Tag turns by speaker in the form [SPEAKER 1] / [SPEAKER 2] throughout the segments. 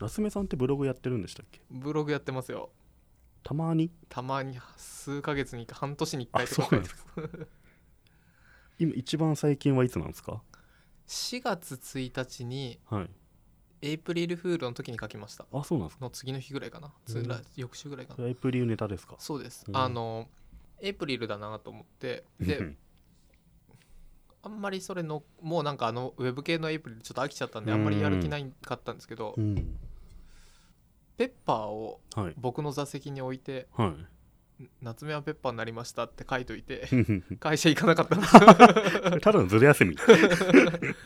[SPEAKER 1] 夏目さんってブログやってるんでしたっけ
[SPEAKER 2] ブログやってますよ
[SPEAKER 1] たまに
[SPEAKER 2] たまに数ヶ月に一回半年に1
[SPEAKER 1] あ
[SPEAKER 2] 回と
[SPEAKER 1] そう
[SPEAKER 2] か
[SPEAKER 1] なんですか今一番最近はいつなんですか
[SPEAKER 2] 4月1日に
[SPEAKER 1] はい
[SPEAKER 2] エイプリルフールの時に書きました
[SPEAKER 1] あそうなんですか
[SPEAKER 2] の次の日ぐらいかな、
[SPEAKER 1] うん
[SPEAKER 2] つら翌週ぐらいか
[SPEAKER 1] そ
[SPEAKER 2] な
[SPEAKER 1] れエイプリルネタですか
[SPEAKER 2] そうです、
[SPEAKER 1] うん
[SPEAKER 2] あのエイプリルだなと 思って
[SPEAKER 1] う
[SPEAKER 2] で
[SPEAKER 1] ん
[SPEAKER 2] あんまりそれのもうなんかあのウェブ系のエイプリルちょっと飽きちゃったんであんまりやる気ないかったんですけど、
[SPEAKER 1] うん
[SPEAKER 2] ペッパーを
[SPEAKER 1] はい
[SPEAKER 2] 僕の座席に置いて
[SPEAKER 1] は
[SPEAKER 2] 「夏目はペッパーになりました」って書いとい て
[SPEAKER 1] い
[SPEAKER 2] 会社行かなかったんです
[SPEAKER 1] ただのずれ休 み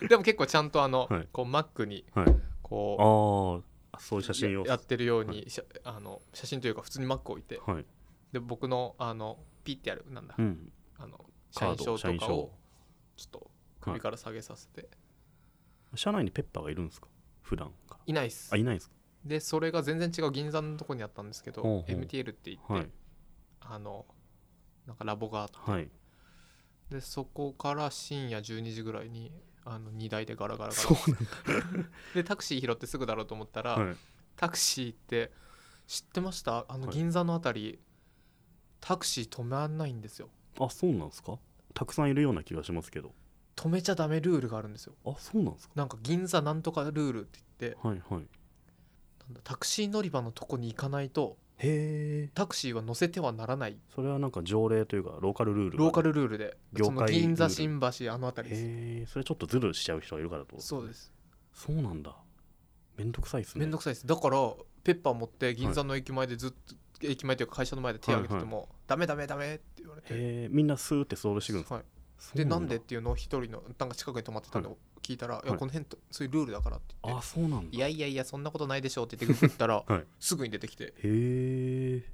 [SPEAKER 2] でも結構ちゃんとあの、
[SPEAKER 1] はい
[SPEAKER 2] こう Mac に
[SPEAKER 1] はいあ
[SPEAKER 2] こ
[SPEAKER 1] ーそういう
[SPEAKER 2] う
[SPEAKER 1] 写真を
[SPEAKER 2] ややってるよ
[SPEAKER 1] は
[SPEAKER 2] うに、写あの写真というか普通に Mac 置いて
[SPEAKER 1] はい、
[SPEAKER 2] で僕のあのピッてやるなんだ、
[SPEAKER 1] うん、
[SPEAKER 2] あの社
[SPEAKER 1] カ
[SPEAKER 2] 員
[SPEAKER 1] ード
[SPEAKER 2] 証
[SPEAKER 1] 社
[SPEAKER 2] と
[SPEAKER 1] 員
[SPEAKER 2] か
[SPEAKER 1] 証
[SPEAKER 2] をちょっと首から下げさせて、
[SPEAKER 1] 社内にペッパーがいるんですか普段から
[SPEAKER 2] い、ないっす
[SPEAKER 1] あいないんですか
[SPEAKER 2] でそれが全然違う銀座のとこにあったんですけど
[SPEAKER 1] ほうほう
[SPEAKER 2] MTL って言って、
[SPEAKER 1] はい
[SPEAKER 2] あのなんかラボがあって
[SPEAKER 1] はい
[SPEAKER 2] でそこから深夜12時ぐらいにあの荷台でガラガラガ
[SPEAKER 1] そ
[SPEAKER 2] ラ
[SPEAKER 1] うなん
[SPEAKER 2] でタクシー拾ってすぐだろうと思ったら、
[SPEAKER 1] だ、はい、
[SPEAKER 2] タクシー行って知ってましたあの
[SPEAKER 1] はい
[SPEAKER 2] 銀座のあたり、タクシー止まんないんですよ
[SPEAKER 1] あそうなんですかたくさんいるような気がしますけど
[SPEAKER 2] 止めちゃダメルールがあるんですよ
[SPEAKER 1] あそうなんですか
[SPEAKER 2] なんか銀座なんとかルールって言って
[SPEAKER 1] はいはい
[SPEAKER 2] なんだタクシー乗り場のとこに行かないと
[SPEAKER 1] へえ
[SPEAKER 2] タクシーは乗せてはならない
[SPEAKER 1] それはなんか条例というかローカルルールが
[SPEAKER 2] ローカルルールで
[SPEAKER 1] 業界
[SPEAKER 2] その銀座
[SPEAKER 1] ルー
[SPEAKER 2] 新橋あの辺りです
[SPEAKER 1] へえそれちょっとズルしちゃう人がいるからってこと
[SPEAKER 2] そうですす
[SPEAKER 1] そうなんだめんどくさいっすね
[SPEAKER 2] めんどくさいですだからペッパー持って銀座の駅前でずっと、駅前というか会社の前で手を挙げてても、ダメダメダメって言われて、
[SPEAKER 1] へえみんなスーってソールしてくるんですか
[SPEAKER 2] はい、
[SPEAKER 1] そう
[SPEAKER 2] で
[SPEAKER 1] だ
[SPEAKER 2] なんでっていうのを一人のなんか近くに泊まってたのを聞いたら、い、や
[SPEAKER 1] はい
[SPEAKER 2] この辺とそういうルールだからって言って
[SPEAKER 1] あそうなんだ
[SPEAKER 2] いやいやいやそんなことないでしょうって言ってググったら、
[SPEAKER 1] はい
[SPEAKER 2] すぐに出てきて、
[SPEAKER 1] へえ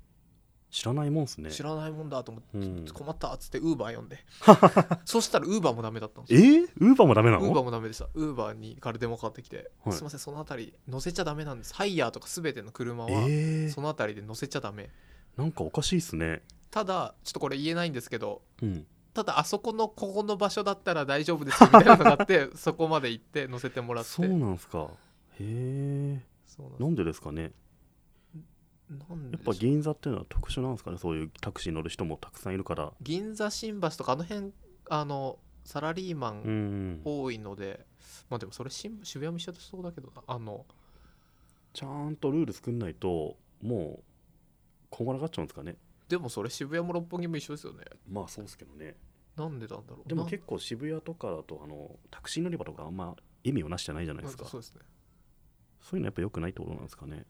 [SPEAKER 1] 知らないもんっすね
[SPEAKER 2] 知らないもんだと思って、
[SPEAKER 1] うん
[SPEAKER 2] 困ったっつってウーバー呼 んでそしたらウーバーもダメだったんです
[SPEAKER 1] え
[SPEAKER 2] よ
[SPEAKER 1] ー、ウーバーもダメな
[SPEAKER 2] ウーバー
[SPEAKER 1] の
[SPEAKER 2] もダメでしたウーバーにから電話かかってきて、
[SPEAKER 1] はい
[SPEAKER 2] すいませんその辺り乗せちゃダメなんですハイヤーとか全ての車は、
[SPEAKER 1] えー
[SPEAKER 2] その辺りで乗せちゃダメ
[SPEAKER 1] なんかおかしいっすね
[SPEAKER 2] ただちょっとこれ言えないんですけど
[SPEAKER 1] うん
[SPEAKER 2] ただあそこのここの場所だったら大丈夫ですよみたいなのがあって そこまで行って乗せてもらって
[SPEAKER 1] そうなんすかへえ
[SPEAKER 2] そうなんで
[SPEAKER 1] なんでですかね
[SPEAKER 2] すなん
[SPEAKER 1] や
[SPEAKER 2] で
[SPEAKER 1] っぱ
[SPEAKER 2] しょう
[SPEAKER 1] 銀座っていうのは特殊なんですかねそういうタクシー乗る人もたくさんいるから
[SPEAKER 2] 銀座新橋とかあの辺あのサラリーマ
[SPEAKER 1] う
[SPEAKER 2] ン
[SPEAKER 1] ん
[SPEAKER 2] 多いので、まあでもそれ新渋谷も一緒だそうだけどなあの
[SPEAKER 1] ちゃんとルール作んないともうこんがらがっちゃうんですかね
[SPEAKER 2] でもそれ渋谷も六本木も一緒ですよね
[SPEAKER 1] まあそうですけどね
[SPEAKER 2] なんでなんだろう
[SPEAKER 1] でも
[SPEAKER 2] な
[SPEAKER 1] 結構渋谷とかだとあのタクシー乗り場とかあんま意味をなしてないじゃないですか
[SPEAKER 2] な
[SPEAKER 1] そ
[SPEAKER 2] んそううです
[SPEAKER 1] い
[SPEAKER 2] ね
[SPEAKER 1] うのやっぱ良くないってことなんですかね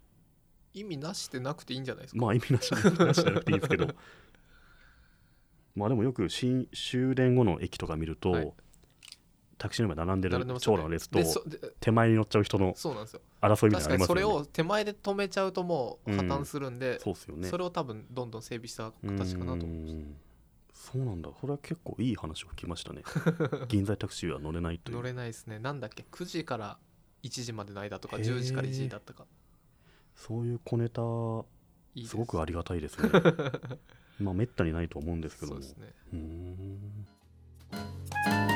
[SPEAKER 2] 意味なしてなくていいんじゃないですか、
[SPEAKER 1] まあ意味なしなしじゃなくていいんですけど まあでもよく新終電後の駅とか見ると、
[SPEAKER 2] はい
[SPEAKER 1] タクシー乗り場並んで
[SPEAKER 2] 並んで
[SPEAKER 1] る
[SPEAKER 2] ます
[SPEAKER 1] 長
[SPEAKER 2] よね
[SPEAKER 1] 蛇の列と
[SPEAKER 2] でそで
[SPEAKER 1] 手前に乗っちゃう人の
[SPEAKER 2] そうなんですよ
[SPEAKER 1] 争いみたい
[SPEAKER 2] 確
[SPEAKER 1] なのあ
[SPEAKER 2] か
[SPEAKER 1] り
[SPEAKER 2] に
[SPEAKER 1] ますよ
[SPEAKER 2] そ
[SPEAKER 1] ね
[SPEAKER 2] れを手前で止めちゃうともう破綻するんで、
[SPEAKER 1] そうっすよね
[SPEAKER 2] それを多分どんどん整備した形かなと思いま
[SPEAKER 1] う
[SPEAKER 2] し
[SPEAKER 1] んそうなんだこれは結構いい話を聞きま したね銀座タクシーは乗れない
[SPEAKER 2] た
[SPEAKER 1] とい
[SPEAKER 2] 乗
[SPEAKER 1] う
[SPEAKER 2] れないですねなんだっけ9時から1時までの間とか
[SPEAKER 1] へー
[SPEAKER 2] 10時から1時だったか
[SPEAKER 1] そういう小ネタ
[SPEAKER 2] いいです
[SPEAKER 1] すごくありがたいです ねまあめったにないと思うんですけど
[SPEAKER 2] そ
[SPEAKER 1] も
[SPEAKER 2] うですね
[SPEAKER 1] うーん